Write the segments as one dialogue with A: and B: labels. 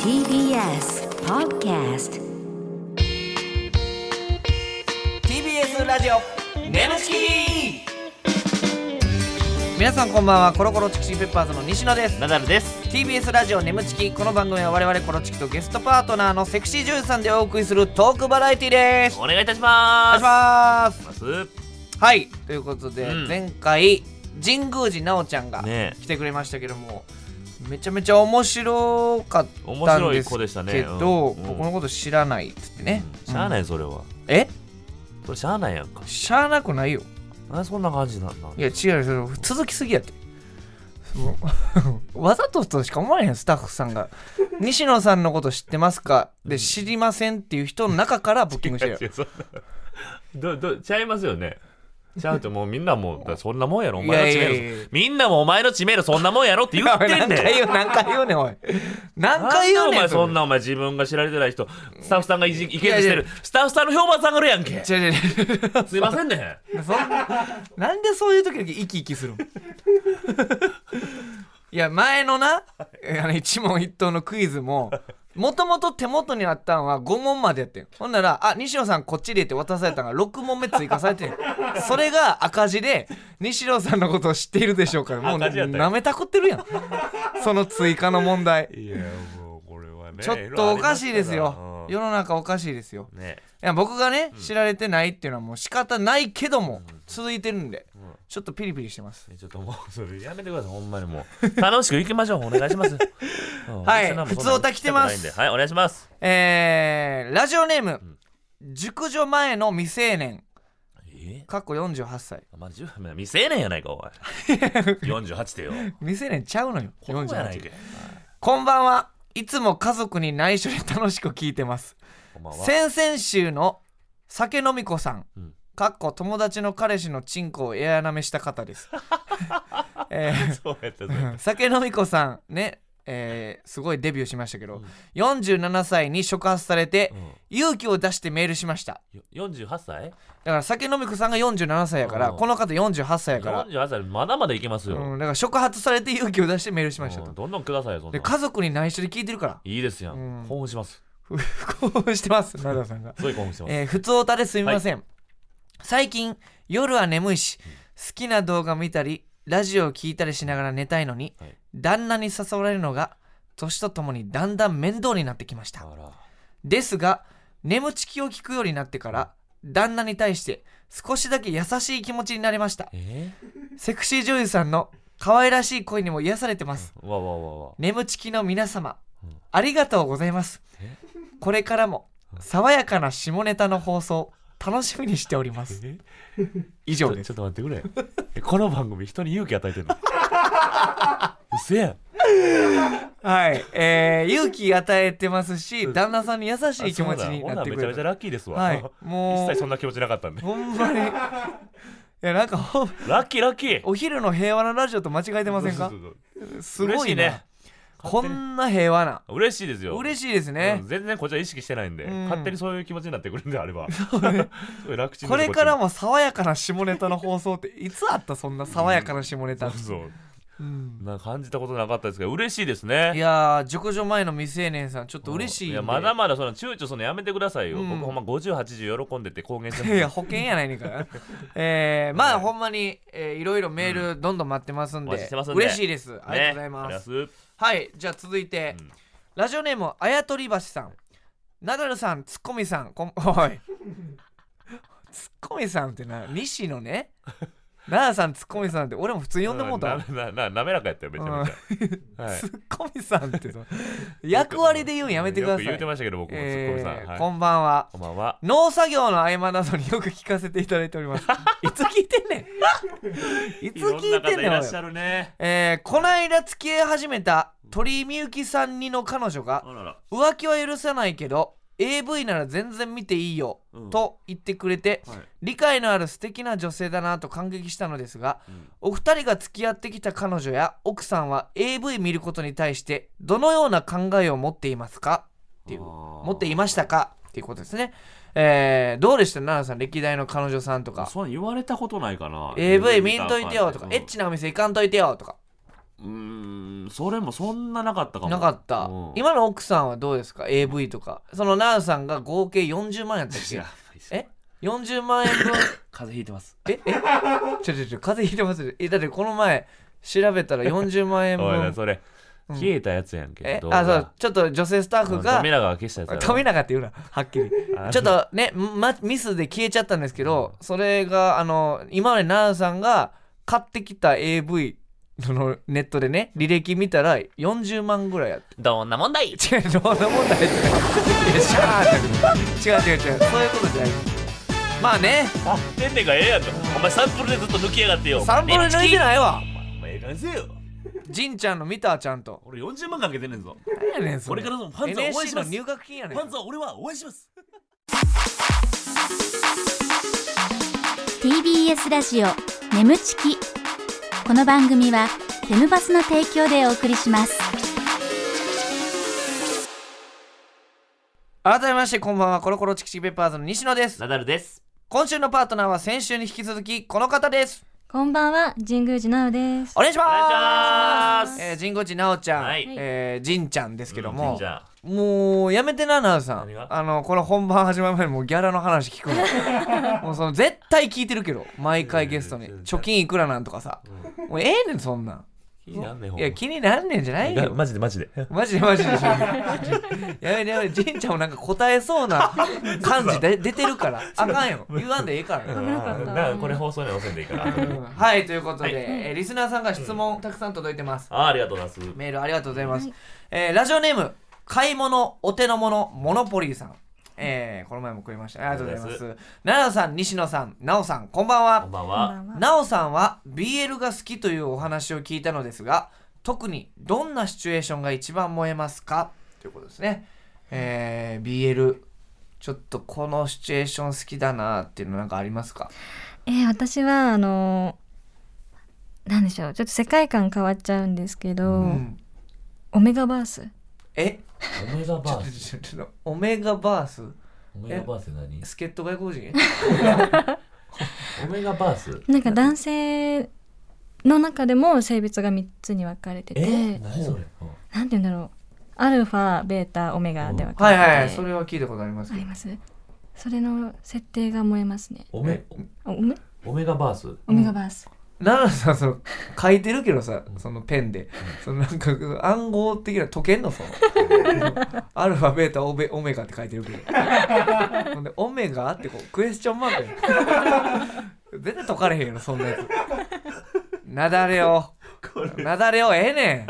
A: TBS Podcast
B: TBS ラジオ
C: ネムチ
B: 皆さんこんばんはコロコロチキチキペッパーズの西野です
C: ナダルです。
B: TBS ラジオネムチキこの番組は我々コロチキとゲストパートナーのセクシー女優さんでお送りするトークバラエティです
C: お願いいたし
B: お願
C: ま
B: いし
C: す。
B: ます
C: します。
B: はいということで、
C: うん
B: 前回神宮寺奈緒ちゃんが
C: ねえ
B: 来てくれましたけども、めちゃめちゃ面白かったん
C: 面白
B: で
C: い
B: す
C: 子でしたね
B: けど、
C: うんうん
B: 僕のこと知らないっつってね、
C: しゃあないそれは。
B: え
C: それしゃあないやんか。
B: しゃあなくないよ
C: なんでそんな感じなんだ
B: い。や違うよそれ続きすぎやって もうわざととしか思われへんスタッフさんが「西野さんのこと知ってますか?」で「知りません」っていう人の中からブッキングしてる
C: 違うそんな どどちゃいますよね。ちゃうともうみんなもうだからそんなもんやろお前の知名度
B: いやいやいや
C: みんなもお前の知名度そんなもんやろって 言ってんね
B: 何
C: ん
B: 回言う何回言うねんおい何回言うね
C: なんんでお前そん
B: な
C: なお前自分が知られてない人スタッフさんがいじいけずし
B: いや
C: て
B: いや
C: るスタッフさんの評判下が るやんけ
B: 違う違う違
C: すいませんね
B: うそんななんでそういう時だけ生き生きするの いや前のなあの一問一答のクイズももともと手元にあったんは5問までやってんほんなら「あ西野さんこっちで」って渡されたんが6問目追加されてんそれが赤字で「西野さんのことを知っているでしょうか」もう
C: 赤字やったんや
B: なめたくってるやんその追加の問題
C: いやもうこれはね
B: ちょっとおかしいですよ世の中おかしいですよ
C: ね
B: いや僕がね、知られてないっていうのはもう仕方ないけども、続いてるんで、ちょっとピリピリしてます
C: ねちょっともうそれやめてくださいほんまにも う楽しく行きましょうお願いします、うん
B: はい
C: リスナーもそんな
B: 普通オタ来てます
C: 聞きたくないんではいお願いします
B: えー、ラジオネーム、熟女前の未成年
C: え
B: かっこ48歳
C: まあ、10まあ未成年やないかお い48でよ
B: 未成年ちゃうのよ
C: 子供やない
B: 48
C: か
B: こんばんはいつも家族に内緒で楽しく聞いてます
C: こんばんは
B: 先々週の酒飲み子さん、
C: うん
B: かっこ友達の彼氏のチンコをエアなめした方 です、えー
C: そうやったそうや っ
B: 酒飲み子さんね、えーすごいデビューしましたけど、47歳に触発されて、勇気を出してメールしました
C: たよ48歳
B: だから酒飲み子さんが47歳やから、
C: うん
B: この方48歳やから、
C: 48歳まだまだいけますよ、
B: うん、だから触発されて勇気を出してメールしました
C: う
B: と
C: ん、どんどんくださいよそんな
B: で
C: ん
B: 家族に内緒で聞いてるから
C: いいですやん、
B: うん
C: 興奮します
B: ふ興奮してます奈良さんが
C: すごい興奮してます、
B: えー、普通オタですみません、最近夜は眠いし好きな動画見たりラジオを聞いたりしながら寝たいのに、
C: はい
B: 旦那に誘われるのが年とともにだんだん面倒になってきました
C: あら
B: ですが眠ちきを聞くようになってから旦那に対して少しだけ優しい気持ちになりました
C: え
B: セクシー女優さんの可愛らしい声にも癒されてます
C: ー、わわわわ
B: 眠ちきの皆様
C: うん
B: ありがとうございます
C: え
B: これからも爽やかな下ネタの放送楽しみにしております
C: え
B: 以
C: ち
B: 上
C: ょ
B: です
C: ちょっと待ってくれえこの番組人に勇気与え てんのうせやん
B: はいえー、勇気与えてますし旦那さんに優しい気持ちになってく
C: あそうだほなめちゃ
B: れ
C: めちゃ
B: る
C: ラッキーですわ、
B: はいも
C: 一切
B: う
C: そんな気持ちなかったんで
B: ほんまにいやなんかほん
C: ラッキーラッキー
B: お昼の平和なラジオと間違えてませんか
C: そうそうそう
B: すご
C: 嬉し
B: い
C: いね
B: ねこんな平和な
C: 嬉しいですよ
B: 嬉
C: し
B: しいですね、
C: 全然こっちは意識してないんで、
B: うん
C: 勝手にそういう気持ちになってくるんであれば すごい楽ちん
B: これから
C: も
B: も爽やかな下ネタの放 送っていつあったそんな爽やかな下ネ
C: そ
B: タ
C: う、そう
B: うん
C: な感じたことなかったですけど嬉しいですね
B: いやー熟女前の未成年さんちょっと嬉しいんで
C: やまだまだその躊躇そのやめてくださいよ、
B: うん
C: 僕ほんま5080喜んでって公言して
B: い
C: ます
B: や保険やないねんからえー、まあ、
C: はい
B: ほんまに、えーいろいろメールどんどん待ってますん
C: お
B: で,、
C: 待ちしてますんで
B: 嬉しいですありがとうございます,、
C: ねありがとうございます
B: はいじゃあ続いて、
C: うん
B: ラジオネームあやとりばしさんナダルさんツッコミさん こんおいツッコミさんってな西野 ねナダルさんツッコミさんって俺も普通に呼んでもうたわ
C: ななな滑らかやったよめちゃめちゃ、 はい
B: ツッコミさんってさ役割で言うんやめてくだ
C: よ
B: さ
C: く言う
B: い
C: てましたけど僕もツッコミさん、
B: えー
C: はい
B: こんばんは
C: こんばんは
B: 農作業の合間などによく聞かせていただいており ますいつ聞いてんねんいつ聞いてんねん
C: ろ
B: お
C: んな方いらっ
B: い
C: しゃるね
B: えー、こないだ付き合い始めた鳥居みゆきさんにの彼女が
C: あらら
B: 浮気は許さないけど AV なら全然見ていいよ、
C: うん
B: と言ってくれて、
C: はい
B: 理解のある素敵な女性だなと感激したのですが、
C: うん
B: お二人が付き合ってきた彼女や奥さんは AV 見ることに対してどのような考えを持っていますかっていう
C: あー
B: 持っていましたかっていうことですねえー、どうでした奈々さん歴代の彼女さんとか
C: そう言われたことないかな
B: AV 見んといてよとか
C: うん
B: エッチなお店行かんといてよとか
C: ううーんそれもそんななかったかも
B: なかった、
C: うん
B: 今の奥さんはどうですか AV とかそのナウさんが合計40万円やったっ
C: や
B: け
C: ばいっす
B: え40万円分
C: 風邪ひいてます
B: ええちょちょちょ風邪ひいてますよえだってこの前調べたら40万円
C: おい
B: 分
C: なそれ
B: うん
C: 消えたやつやんけ
B: え
C: 動画
B: あそうちょっと女性スタッフが
C: 富永が消したやつやろ
B: 富永って言うなはっきり
C: あ
B: ちょっと ね、ま、ミスで消えちゃったんですけどそれがあの今まで奈々さんが買ってきた AV そのネットでね履歴見たら40万ぐらいやって
C: どんな問題
B: 違うどうな問 題っていやシャーって違う違う違うそういうことじゃないまあね
C: あてんねんがええやんかお前サンプルでずっと抜きやがってよ
B: サンプル抜いてないわ
C: お前ええ感じせよ
B: じんちゃんの見たちゃんと
C: 俺40万かけてんねんぞ
B: 何やねんそれ
C: これからのファンズは応援します
B: NSC の入学金やねん
C: まずは俺は応援します
D: TBS ラジオ眠ちきこの番組はテムバスの提供でお送りします
B: 改めましてこんばんはコロコロチキチキペッパーズの西野です
C: ナダルです
B: 今週のパートナーは先週に引き続きこの方です
E: こんばんは、神宮寺奈緒です。
B: お願いします
C: お願いします
B: えー、神宮寺奈緒ちゃん、
C: はい
B: えー、じんちゃんですけど
C: う
B: も
C: んじ、ゃあ
B: もうやめてな奈々さ
C: 何が
B: んあのこの本番始まる前にもうギャラの話聞く のもうその絶対聞いてるけど毎回ゲストに
C: うん
B: 貯金いくらなんとかさ、もうええねんそんなん
C: いいな目
B: いや気になんねんじゃない よ
C: マジでマジで
B: マジでマジでやめてやめてじんちゃんもなんか答えそうな感じで出てるからあかんよ言わんでええから、
C: なこれ放送には載せんでいいから
B: うんはいということで、
C: はい
B: えーリスナーさんが質問たくさん届いてます、
C: あーありがとうございます
B: メールありがとうございます、えーラジオネーム買い物お手の物モノポリーさんえーこの前も食いましたありがとうございます
C: ありがとう
B: 奈良さん西野さん奈緒さんこんばん
C: こ
B: は
C: んばん
E: こんば
C: は
E: んは。
B: 奈緒さんは BL が好きというお話を聞いたのですが特にどんなシチュエーションが一番燃えますかということですねえー BL ちょっとこのシチュエーション好きだなっていうのなんかありますか
E: えー私はあのーなんでしょう、ちょっと世界観変わっちゃうんですけど、
B: うん
E: オメガバース。
B: え
C: オメガバー
B: ち
C: ス
B: ょっとちょっとオメガバース
C: オメガバースって何
B: 助っ人外国人
C: オメガバース
E: なんか男性の中でも性別が三つに分かれてて、
C: 何それ
E: なんて言うんだろう、アルファ、ベータ、オメガで分 か
B: は
E: れ
B: い
E: てて、
B: はいはい、それは聞いたことあります
E: あ
B: け
E: り
B: ど。
E: ます。それの設定が燃えますね。
C: オメ
E: あオメ
C: オメガバース
E: オメガバース。
B: 奈良さん、その、書いてるけどさ、そのペンで、そのなんか、暗号的な、解けんのそ の、アルファ、ベータ、オベオメガって書いてるけど。ほんで、オメガってこう、クエスチョンマークやん絶対解かれへんやろ、そんなやつ。なだれを。なだれを、ええね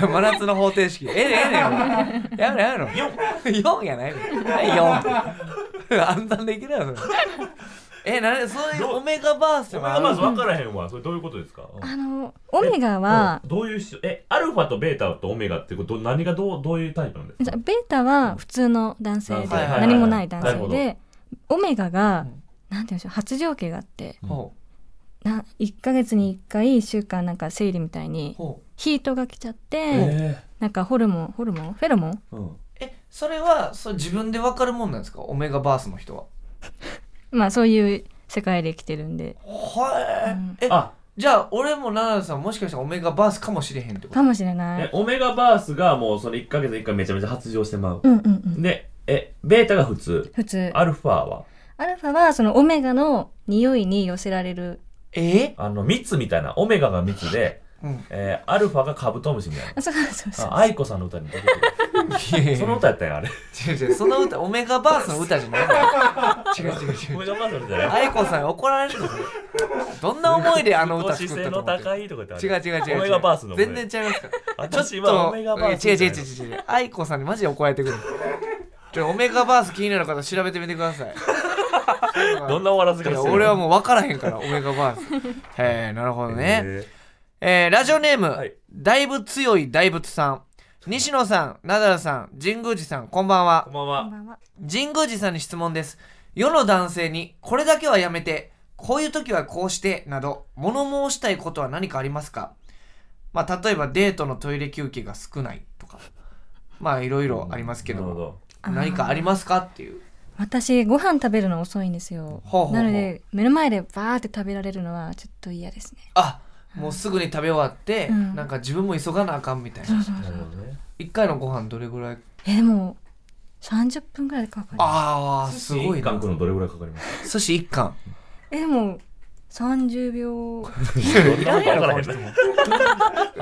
B: ん。真夏の方程式。ええねん、ええねんお前。やめろ、やめろ。4! やないの。はい、4。暗算できるやろ、それ。え、なに、そういう
C: どう
B: オメガバース
C: オ
B: とか
C: メガ
B: ある
C: バース分からへんわそれどういうことですか
E: あの、オメガは、
C: どういうしえアルファとベータとオメガってこと何がどうどういうタイプなんです
E: じゃ
C: か
E: あベータは普通の男性
C: 男
E: で
C: 性はい
B: はいはい
E: 何もない男
C: なるほ
E: 性
C: ど
E: でオメガが
B: うん
E: なんて言うんでしょう発情期があって
B: ほ
E: な1ヶ月に1回1週間なんか生理みたいうに
B: ほう
E: ヒートが来ちゃって
C: え
E: なんかホルモンホルモンフェロモン
C: ーうん
B: えそれはそう自分で分かるもんなんですかオメガバースの人は
E: まあそういう世界で生きてるんで
B: は
E: うん
B: いえ
C: あ
B: じゃあ俺も奈々さんもしかしたらオメガバースかもしれへんってこと
E: かもしれな
C: え
E: い
C: オメガバースがもうその1ヶ月1回めちゃめちゃ発情してまう
E: うんうんうん
C: でえベータが普通
E: 普通
C: アルファは
E: アルファはそのオメガの匂いに寄せられる
B: え
C: あの蜜みたいなオメガが蜜で、
B: うん
C: えーアルファがカブトムシみたい
E: あそうそうそう
C: なあ愛子さんの歌に出てく
B: いやい
C: るその歌やったんやあれ
B: 違う違うその歌オメガバースの歌じゃないの違う違う
C: オ
B: 違う
C: メガバースの歌じゃない
B: 愛子さんに怒られるのどんな思いであの歌作ったと思って
C: 高いとか言って
B: 違う違う違う違う
C: オメガバースの
B: 全然違いますから
C: 私
B: ちょっ
C: は
B: と
C: オメガバース
B: 違う違う違う違う愛子さんにマジで怒られてくるちょオメガバース気になる方調べてみてくだ さい
C: どんな終わらせ
B: い
C: 方
B: や
C: してる
B: 俺はもう分からへんからオメガ バースへえなるほどねえーラジオネーム、
C: はい
B: だいぶ強い大仏さん西野さん、ナダルさん、神宮寺さん、こんばん
C: こ
B: は
C: ん。ばん
E: こん
C: は
E: ばんは
B: 神宮寺さんに質問です。世の男性に、これだけはやめて、こういう時はこうして、など、物申したいことは何かありますかまあ、例えばデートのトイレ休憩が少ないとか、まあ、いろいろありますけど
C: なるほ
B: も、
C: ど
B: 何かありますかっていう。
E: 私ご飯食べるの遅いんですよ
B: ほうほうほう
E: なので目の前でバーって食べられるのはちょっと嫌ですね
B: あ、もうすぐに食べ終わって、
E: うん
B: なんか自分も急がなあかんみたい
E: そう
B: な
E: そう
C: な
E: そ
C: る
E: う
C: ほどね
B: 一回のご飯どれぐらい
E: えでも30分ぐらいかかる
B: ああすごいな
C: 韓国のどれぐらいかかります
B: 寿司一貫
E: えでも30秒
B: いらんやろ
C: わ
B: こ
C: か
B: の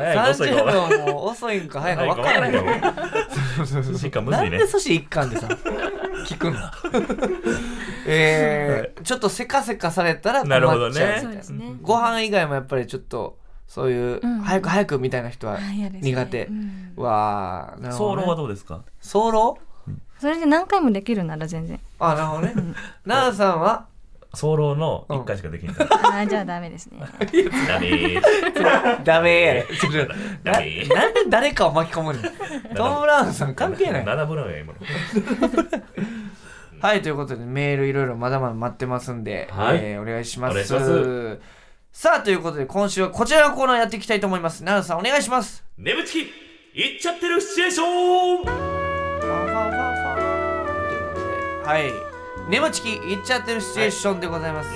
C: らへ
B: 人
C: ん
B: も
C: 早いか遅いか分からん
B: 30秒も遅いんか早いか分
C: 早いか分
B: か
C: からら
B: へ
C: へ
B: ん
C: ん
B: よ
C: やろ進化む
B: な
C: ず
B: ん
C: い
B: で
C: ね
B: 寿司一貫で さ聞 くのえー、ちょっとせかせかされたら困っちゃ
C: な
B: う
C: るほど
B: みた
C: ね
B: いな
E: そうですね
B: ご飯以外もやっぱりちょっとそういう、
E: うん
B: 早く早くみたいな人は、
E: あ嫌ですね
B: 苦手
E: うん
B: わあなる
C: 早
B: ほど、
C: 漏
B: ね、
C: はどうですか
B: 早漏
E: それで何回もできるなら全 然
B: あなるほどね奈々さんは
C: 早漏の一回しかできない
E: あーじゃあダメですね
C: ダメー
B: ダメーそれ
C: ダメ
B: ななんで誰かを巻き込むのトム・ブラウンさん関係ない
C: 7分のや今の
B: はいということでメールいろいろまだまだ待ってますんで、
C: はい
B: えーお願いします
C: お願いしま
B: さあということで今週はこちらのコーナーやっていきたいと思います奈々さんお願いします
C: 眠ちき行っちゃってるシチュエーション
B: はい眠ちきいっちゃってるシチュエーションでございます、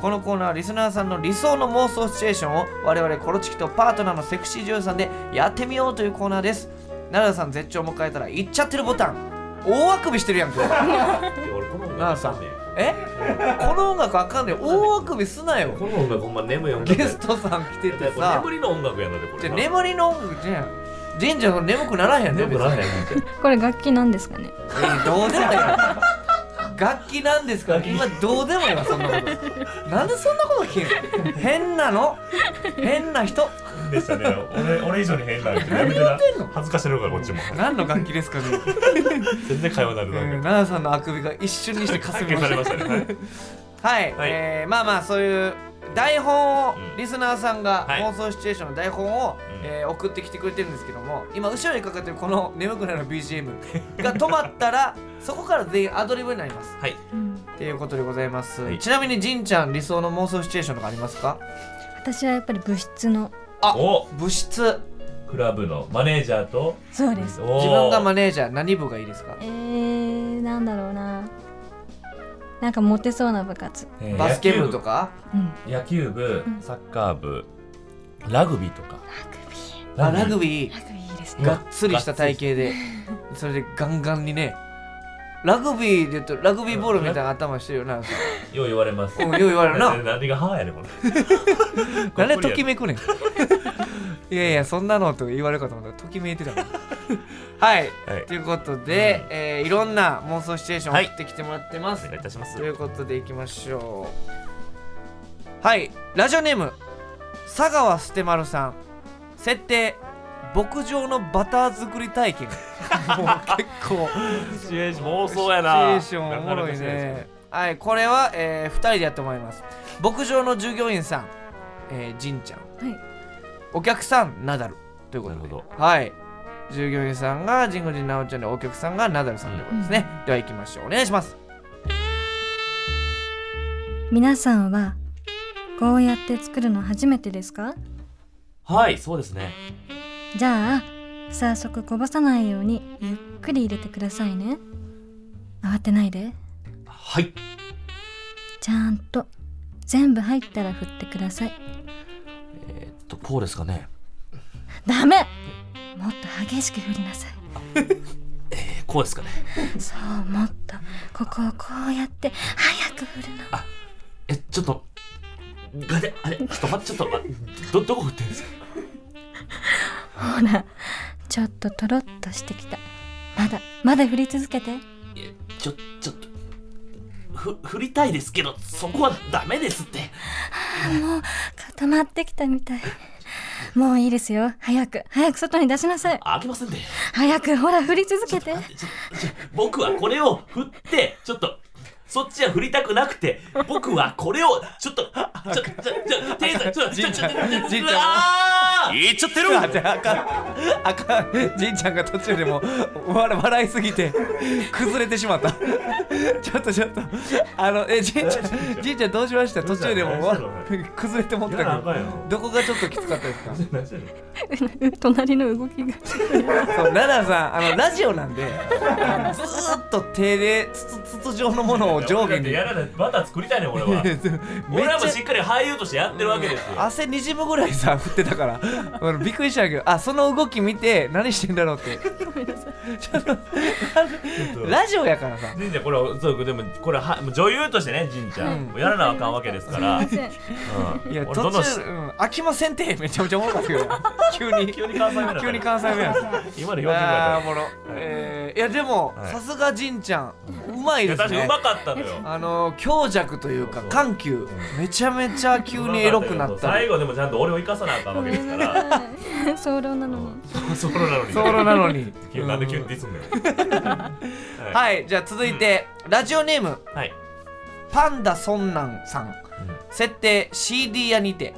B: このコーナーはリスナーさんの理想の妄想シチュエーションを我々コロチキとパートナーのセクシー女優さんでやってみようというコーナーです奈良さん絶頂を迎えたらいっちゃってるボタン大あくびしてるやんけ
C: 俺この音
B: 奈良さんえこの音楽あかんねん大あくびすなよ
C: この音楽ほんま眠い音楽
B: ゲストさん来ててさ
C: 眠りの音楽やなでこ
B: じ
C: れ
B: ゃあ眠りの音楽じゃん神社の眠くならへんね
C: 眠らへん
B: 別に
C: ねんて
E: これ楽器なんですかね
B: えーどうでもいいわ楽器なんですから今どうでもいいわそんなことなんでそんなこと聞けんの変なの変な人
C: でしたね俺俺以上に 変なんでやめてな恥ずかしいのかこっちも
B: 何の楽器ですかね
C: 全然会話なる
B: 奈
C: なんか
B: 々さんのあくびが一瞬にしてかすみ
C: 消
B: ま
C: さ
B: し
C: れま
B: た
C: したねはい
B: はい、
C: はい
B: えーまあまあそういう台本を、
C: うん
B: リスナーさんが
C: はい
B: 妄想シチュエーションの台本を、
C: うん
B: えー送ってきてくれてるんですけども今後ろにかかってるこの「 眠くなる BGM」が止まった らそこから全員アドリブになります
C: はい
B: っていうことでございます、
C: はい
B: ちなみにじんちゃん理想の妄想シチュエーションとかありますか
E: 私はやっぱり部室の
C: お
B: 部室
C: クラブのマネージャーと
E: そうです
B: 自分がマ
C: ネ
B: ネージャー何部がいいですか
E: えー、なんだろうななんかモテそうな部活
B: バスケ部とか
E: うん
C: 野球部
E: うん
C: サッカー部ラグビーとか
E: ラグビ
B: あ
E: ー
B: ラグビー
E: ラグビーいいです
C: う
E: ね
C: ん
B: がっつりした体型でそれでガンガンにねラグビーで言うとラグビーボールみたいな頭してるよな
C: ーよう言われます
B: うんよう言われるな
C: 何がはーや ねんこれ
B: なんでときめく ねんいやいやそんなのとか言われるかと思ったらときめい てたもんはい
C: はい
B: ということで、えーいろんな妄想シチュエーションを送ってきてもらってま
C: お
B: す、
C: 願いいたします
B: ということでいきましょうはいラジオネーム佐川捨て丸さん設定牧場のバター作り体 験もう結構
C: シチュエーション妄
B: シチ
C: 想や
B: ュエ
C: な
B: ーションおもろいねはいこれは、え2人でやってもらいます牧場の従業員さん、えー、じんちゃん
E: はい
B: お客さんナダルということ
C: な
B: で
C: るほ
B: はい従業員さんが神宮寺直ちゃんでお客さんがナダルさんということですね、では行きましょうお願いします
E: 皆さんはこうやって作るの初めてですか
C: はいそうですね
E: じゃあ早速こぼさないようにゆっくり入れてくださいね慌てないで
C: はい
E: ちゃんと全部入ったら振ってください
C: えーっとこうですかね
E: ダメもっと激しく振りなさい
C: えーこうですかね
E: そうもっとここをこうやって早く振るの
C: えちょっとガテあれちょっと待ってちょっと待ってどどこ振ってるんですか
E: ほらちょっととろっとしてきたまだまだ振り続けて
C: いやちょちょっとふ振りたいですけどそこはダメですって
E: 固まってきたみたいもういいですよ早く早く外に出しなさい
C: あきませんで、ね、
E: 早くほら振り続け
C: ちょち
E: て
C: ょ僕はこれを振ってちょっとそっちは振りたくなくて僕はこれをちょっとちょちょちょ店員さんちょちょち
B: じ
C: ょちょちょちょ
B: いちゃん
C: ちょあー言っちゃってる
B: あじゃああかんあか んじいちゃんが途中でもう笑笑いすぎて崩れてしまった ちょっとちょっとあのえじいちゃんじいちゃんどうしました途中でもうわ 崩れてもってたけどどこがちょっときつかったですかそう
E: 隣の動きが
B: 奈々さんあのラジオなんでずーっと手で筒筒状のものをも上下
C: 俺だっ
B: に
C: てやらないまた作りたいね俺は
B: めっ
C: 俺らもし
B: ち
C: っかり俳優としてやってるわけですよ
B: ゃ汗にじむぐらいさ振ってたから俺びっくりしたけどあその動き見て何してんだろうってラジオやからさ
C: じんちゃんこれそうでもこれはもう女優としてねじんちゃん、
B: うん
C: もうやらなあかんわけですから、うん、
E: すいません
B: いや
C: 俺
B: 途
C: どん
B: 中
C: どんし
B: うん飽きませんってめちゃめちゃ思ったんです けど急に
C: 急に関西弁だった
B: 急に関西弁やった
C: 今の40ぐらい
B: あーお
C: だ
B: もろえーいやでも
C: はい
B: さすがじんちゃんうまい
C: い
B: で
C: や
B: す
C: 確かに
B: ね
C: うまかったのよ
B: あのー強弱というか
C: そう
B: 緩急めちゃめちゃ急にエロくなった
C: 最後でもちゃんと俺を生かさなあかんわけですから
E: 早漏なのに
C: ソロなのに
B: ソロなのに
C: 急なんで急にディスんのよい
B: はいじゃあ続いてラジオネーム
C: はい
B: パンダソンナンさん設定 CD 屋にて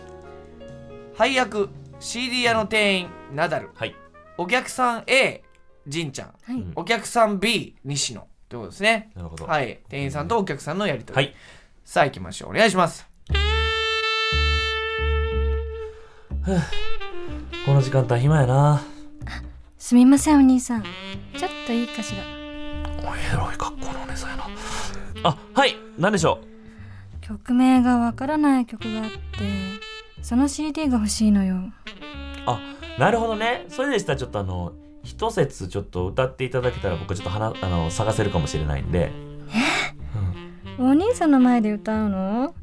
B: 配役 CD 屋の店員ナダル
C: はい
B: お客さん A じんちゃん
E: はい
C: うん
B: お客さん B 西野ということですね
C: なるほど
B: はいい店員さんとお客さんのやり取り、
C: はい
B: さあ行きましょうお願いします
C: この時間帯暇やな
E: すみませんお兄さんちょっといいかしら
C: エロい格好のお姉さんやなあはい何でしょ
E: 曲名がわからない曲があってその CD が欲しいのよ
C: うあなるほどねそれでしたらちょっとあの一節ちょっと歌っていただけたら僕ちょっとはなあの探せるかもしれないんで
E: お兄さんの前で歌うの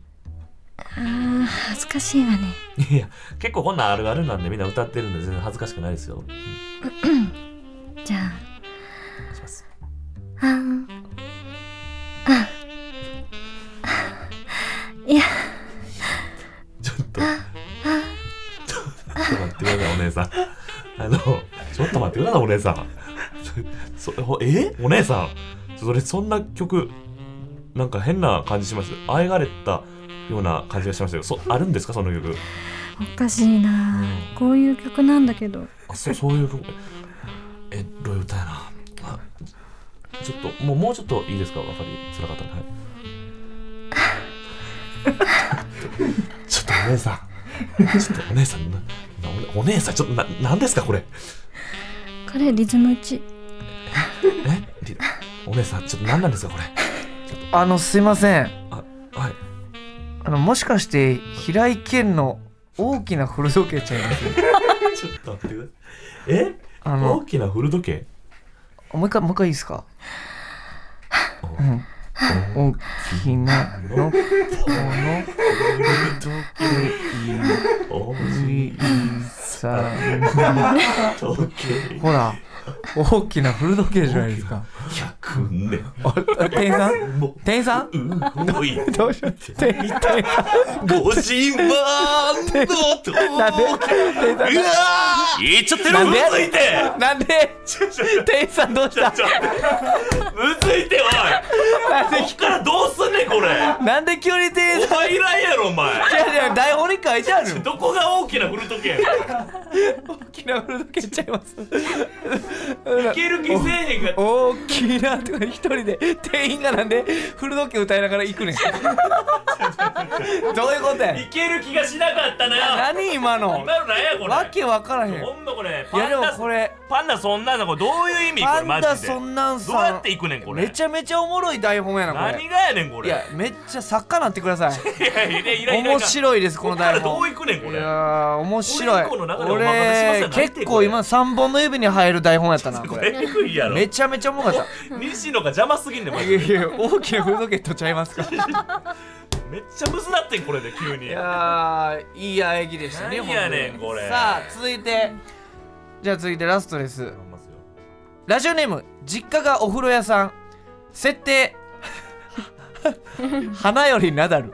E: あー恥ずかしいわね
C: いや結構こんなんあるあるなんでみんな歌ってるんで全然恥ずかしくないですよ
E: じゃあ
C: お願いします
E: あんあいや
C: ちょっと、ちょっと待ってください、お姉さん。あの、ちょっと待ってください、お姉さん。そそえお姉さん。それ、そんな曲、なんか変な感じします。あえがれたような感じがしましたよ。そあるんですか、その曲。
E: おかしいなこういう曲なんだけど
C: あ、そそういう曲。え、ロイ歌やな。あちょっと、もう、もうちょっといいですか、わかりづらかったんで。はい。 ちょっとお姉さん。ちょっとお姉さん、ななおお姉さん、ちょっとな、なんですか、これ。
E: 彼リズム打ち
C: えリお姉さん、ちょっと何なんですか、これ。
B: あのすいません
C: あ、はい。
B: あのもしかして平井堅の大きな古時計ちゃいます
C: ちょっと待ってください。え
B: あ
C: 大
B: の
C: きな古時計
B: もう一回もう一回いいですかうん大きなのこの
C: おじ
B: 小さ
C: 時計
B: いほら大きな古時計じゃないですか
C: 100年
B: あ店員さん
C: も
B: 店員さん
C: う動い
B: どうしよう店員店員さん
C: ご自慢の時計
B: なんで店員さん
C: うわー言っちゃってる
B: なん
C: む
B: で
C: ずいて
B: なんで店員さんどうした
C: ちょっとむずいておいこっからどうすんねんこれ
B: なんで急に店員
C: お
B: さん
C: 前いらんやろお前
B: いやいや台本に書いてあるよ
C: どこが大きな古時計やねん
B: 大きな古時計ちゃいます
C: いける気せえへんが
B: 大きなとか一人で店員がなんで古時計歌いながら行くねんどういうことや
C: いける気がしなかったなよ
B: 何今の
C: 今のなんやこれ
B: わけわからへん
C: ほんまこれ
B: い
C: パ
B: や
C: ン
B: でも
C: ダ
B: これ
C: パンダそんなんだこれどういう意味こ
B: パ
C: れ
B: ン
C: マ
B: ダ
C: ジで
B: そんなんさ
C: どうやっていくねんこれ
B: めちゃめちゃおもろい台本やなこ
C: 何
B: れ
C: がやねんこ
B: い
C: れ
B: やめっちゃ作家なってください
C: いやいやいやいや
B: 面白いですこ
C: こ
B: の
C: の台
B: 台
C: 本ど
B: 本
C: ういくねんこ
B: い
C: れ
B: やー面白い
C: 俺以降の流れお任せし
B: 俺
C: ますよ
B: 結構今三本の指に入る台本やった なこ
C: こ
B: れ
C: れえぐいやろ
B: めちゃめちゃおもろかった
C: 西野が邪魔すぎんねんマジ
B: い
C: で
B: やいや大きなフードケットちゃいますかい
C: めっちゃむずなってんこれで急に
B: やーいい喘ぎでしたね
C: なんやねん
B: ほとに
C: これ
B: さあ続いてじゃあ続いてラストです
C: ほんますよ
B: ラジオネーム実家がお風呂屋さん設定花よりナダル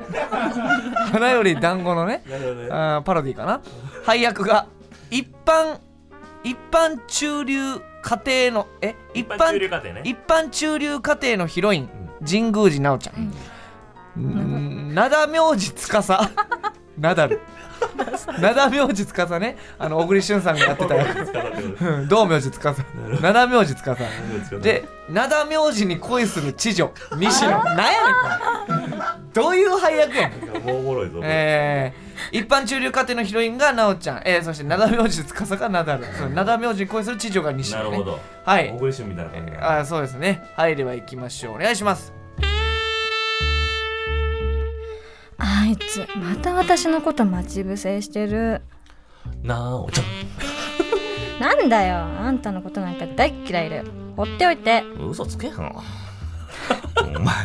B: 花より団子のね
C: なるほどね
B: あーパロディかな配役が一般一般中流家庭のえ一
C: 一般中流
B: 般
C: 家庭ね
B: 一般中流家庭のヒロイン神宮寺奈緒ちゃんうん灘明治司 ナダ ル灘明治司ねあの小栗旬さんがや ってた役うん道明寺司灘明治司で灘明治に恋する知女西野なんやねんこれどういう配役やねん
C: もうおもろいぞこれ
B: えー、一般中流家庭のヒロインが奈緒ちゃん、えー、そして灘明治司がナダルそう灘明治に恋する知女が西野、
C: な
B: ね、
C: るほど
B: はい
C: 小栗旬みたいな感じ
B: あーそうですね入ればいきましょうお願いします
E: あいつまた私のこと待ち伏せしてる
C: なおちゃん
E: なんだよあんたのことなんか大っ嫌いだよ放っておいて
C: 嘘つけよ お前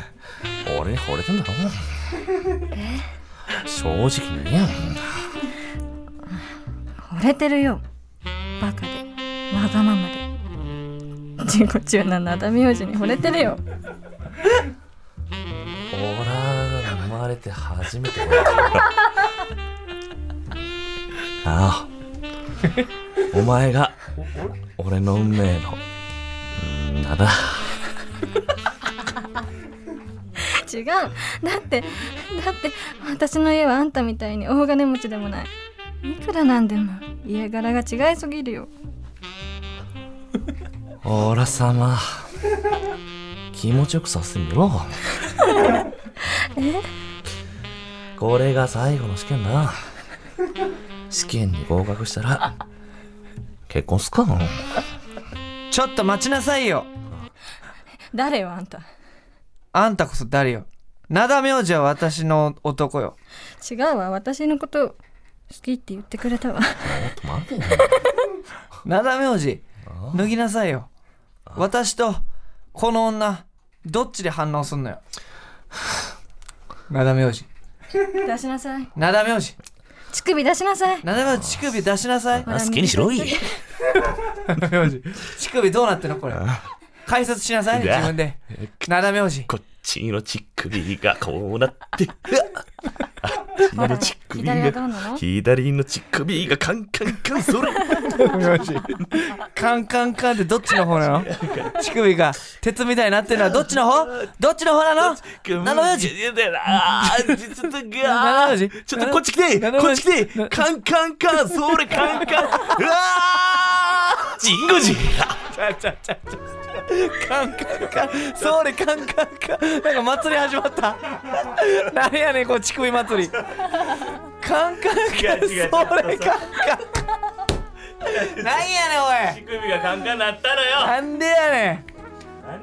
C: 俺に惚れてんだろ正直に言えよ
E: 惚れてるよバカでわがままで自己中ななだ名字に惚れてるよ
C: オラが生まれて初めて分かったああお前が俺の運命のうんだな
E: 違うだってだって私の家はあんたみたいに大金持ちでもないいくらなんでも家柄が違いすぎるよ
C: オラ様気持ちよくさせてみろこれが最後の試験だ試験に合格したら結婚すっか
B: ちょっと待ちなさいよ
E: 誰よあんた
B: あんたこそ誰よ灘名字は私の男よ
E: 違うわ私のこと好きって言ってくれたわ
C: 待てよ
B: 灘名字脱ぎなさいよ私とこの女どっちで反応すんのよ灘名字
E: 出しなさい
B: 灘名字
E: 乳首出しなさい
B: 灘名字乳首出しなさい
E: ほら
C: 好きにしろい
E: 右手
B: 灘名字乳首どうなってんのこれ解説しなさい自分で灘名字
C: こっちの乳首がこうなってあっちの乳首
E: 左はどう
C: が
E: なの
C: 左の乳首がカンカンカンそれ
B: カンカンカンってどっちの方なの乳首が鉄みたいになってるのはどっちの方どっちの方なの
C: 七十あーちょっと
B: 七
C: が
B: 文字
C: ちょっとこっち来て
B: 七
C: こっ
B: 文
C: ち
B: 字
C: 来てカンカンカンそれカンカンうわージンゴジン
B: ちゃちゃちゃちゃカンカンカンそれカンカンカンなんか祭り始まった何やねんこの乳首祭りカンカンカンそ
C: 違う違う違
B: れ
C: う
B: カンカンカン何やねんおい
C: 乳首がカンカンなったのよ
B: なんでやね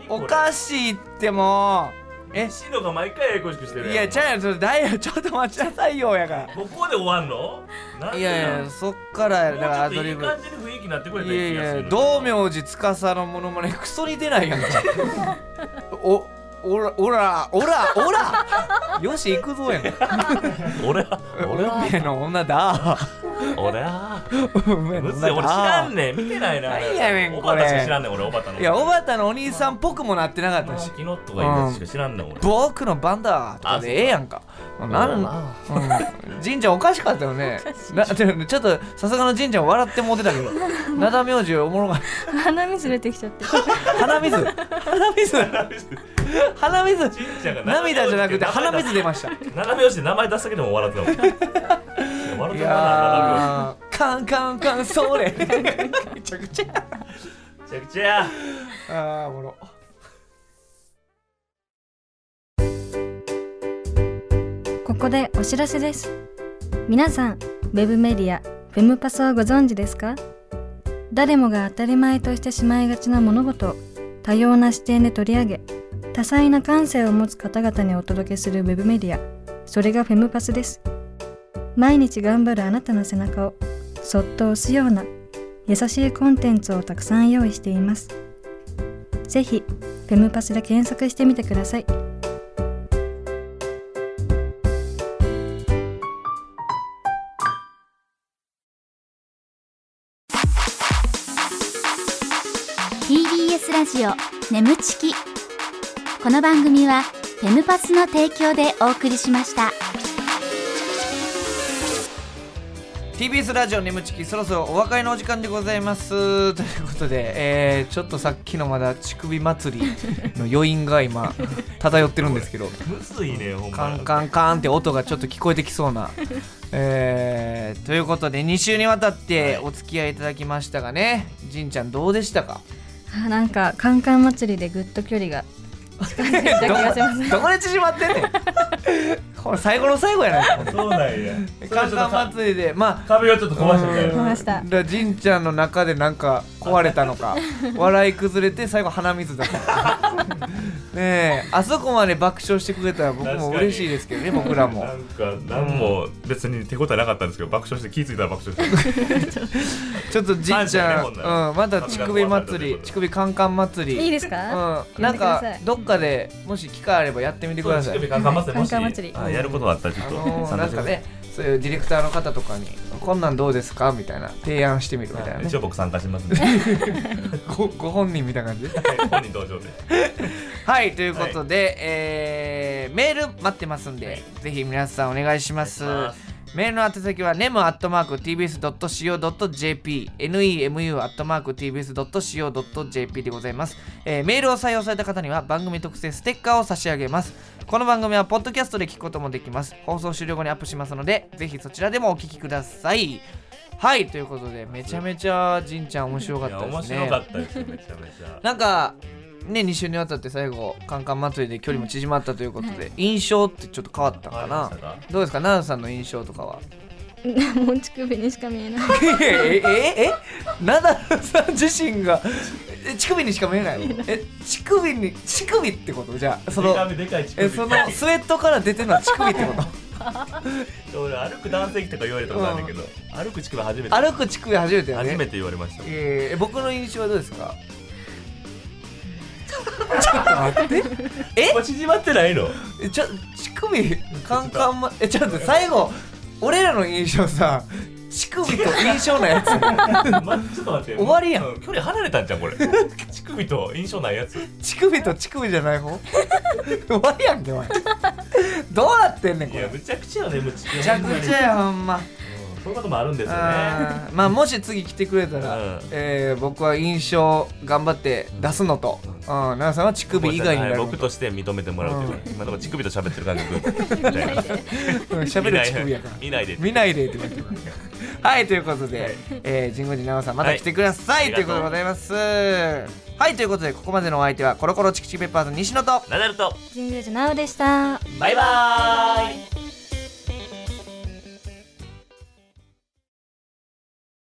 B: んお
C: し
B: かしいってもうえ
C: いのが毎回ややこしくして
B: いやちゃうやんそれダイヤちょっと待ちなさいよやか
C: ここで終わんの
B: らいやいやそっからやだからアドリブ
C: じに雰囲気になってく
B: いやいや道明寺司のものまねクソに出ないや んかおおらおらおらおらよし行くぞやん
C: 俺は俺は
B: 運命の女だ
C: 俺は
B: 運命の
C: むず
B: 女
C: い
B: だ
C: 俺知らんねん見てないな
B: 何やねん
C: お
B: こ
C: ば
B: れ
C: たしか知らんねん俺おばたの
B: いやおばたのお兄さんっぽくもなってなかったし
C: 昨日とか言うやつしか知らんねん俺
B: 僕の番だとかでええやんかなんうん神ちゃんおかしかったよねなちょっとさすがの神ちゃん笑ってもうてたけど灘名字おもろかった
E: 鼻水出てきちゃって
B: 鼻水鼻水鼻水
C: ちゃんが
B: 涙じゃなくて鼻水出ました
C: 斜め押しで名前出すだけでも笑ってたもん笑っ
B: い
C: てたな
B: やーカンカンカンそれめちゃくちゃや
C: 斜め押しめちゃくちゃや
B: あーおもろ
E: ここでお知らせです皆さんウェブメディアフェムパスをご存知ですか誰もが当たり前としてしまいがちな物事を多様な視点で取り上げ多彩な感性を持つ方々にお届けするウェブメディアそれがフェムパスです毎日頑張るあなたの背中をそっと押すような優しいコンテンツをたくさん用意していますぜひフェムパスで検索してみてください
D: TBS ラジオ眠ちきこの番組はフェムパスの提供でお送りしました
B: TBS ラジオ眠ちきそろそろお別れのお時間でございますということで、えーちょっとさっきのまだ乳首祭りの余韻が今漂ってるんですけど
C: むずいねほんま
B: カンカンカンって音がちょっと聞こえてきそうな。えーということで2週にわたってお付き合いいただきましたがね、じんちゃんどうでしたか
E: あなんかカンカン祭りでぐっと距離が近づいた気がします。
B: どこで縮まってんねんこれ最後の最後やないか
C: そうなんや
B: カンカン祭りでまあ
C: 壁をちょっと壊してみたい
E: 来
C: な
E: ました
B: だからじんちゃんの中でなんかこ壊れたのか笑い崩れて最後鼻水だったのか ねえあそこまで爆笑してくれたら僕も嬉しいですけどね僕らも
C: なんか何も別に手応えなかったんですけど爆笑して気づいたら爆 笑して
B: ちょっとじい
C: 感
B: ち
C: 謝
B: ゃん、
C: ねほんなら
B: うん、まだ乳首祭り乳首カンカン祭り
E: いいですか、
B: うん、なん
E: やってくだ
B: か
E: さい
B: どっかでもし機会あればやってみてください
C: カンカン祭りもし
E: カンカン祭り
C: あやることがあったらちょっ
B: あ
C: と
B: の ー、なんかねそういうディレクターの方とかに「こんなんどうですか?」みたいな提案してみるみたいなね
C: 一応僕参加します んではい
B: ごご本人みたいな感じ
C: 本人登場で
B: はいということで、えーメール待ってますんで、ぜひ皆さんお願いします
C: お願いします
B: メールの宛先は nemu.tbs.co.jp nemu.tbs.co.jp でございます、えーメールを採用された方には番組特製ステッカーを差し上げますこの番組はポッドキャストで聞くこともできます放送終了後にアップしますのでぜひそちらでもお聞きくださいはいということでめちゃめちゃじんちゃん面白かっ
C: い
B: た
C: や
B: ですね
C: 面白かったですよめちゃめちゃ
B: なんかね2週にわたって最後カンカン祭りで距離も縮まったということで、印象ってちょっと変わったか
C: 変わりました
B: な
C: か
B: どうですか奈々さんの印象とかは
E: もう乳首にしか見えない
B: ええええ奈々さん自身がえ乳首にしか見えないえ乳首に乳首ってことじゃあその
C: でかめでかい乳首
B: えそのスウェットから出てるのは乳首ってこと
C: 俺歩く男性器とか言われたことあるんだけど、歩く乳首初めて
B: 歩く乳首初めてよね
C: 初めて言われました
B: えー、僕の印象はどうですかちょっと待ってえ
C: もう縮まってな いの
B: えちょ乳首カンカンまえちょっと最後俺らの印象さ乳首と印象のやつ
C: まちょっと待って
B: 終わりやん
C: う距離離れたんじゃんこれ乳首と印象ないやつ
B: 乳首と乳首じゃない方終わりやんけお前どうなってんねん
C: い
B: こ
C: や
B: れ
C: むちゃくちゃよねむち
B: めちゃくちゃやほんま
C: うんそういうこともあるんですよね
B: あーまあもし次来てくれたら、
C: うん
B: えー僕は印象頑張って出すのと、うん、奈々さんは乳首以外にな
C: はい
B: るの
C: 僕として認めてもらうというか、今のとこ乳首と喋ってる感覚みたいな
B: うん喋る乳首やから
C: 見ないで
B: 見ないでって言われてますはいということで、えー、神宮寺奈々さんまた来てください、
C: はい
B: ということでございますはいということでここまでのお相手はコロコロチキチキペッパーズ西野と
C: ナダルと
E: 神宮寺なおでした
C: バイバーイ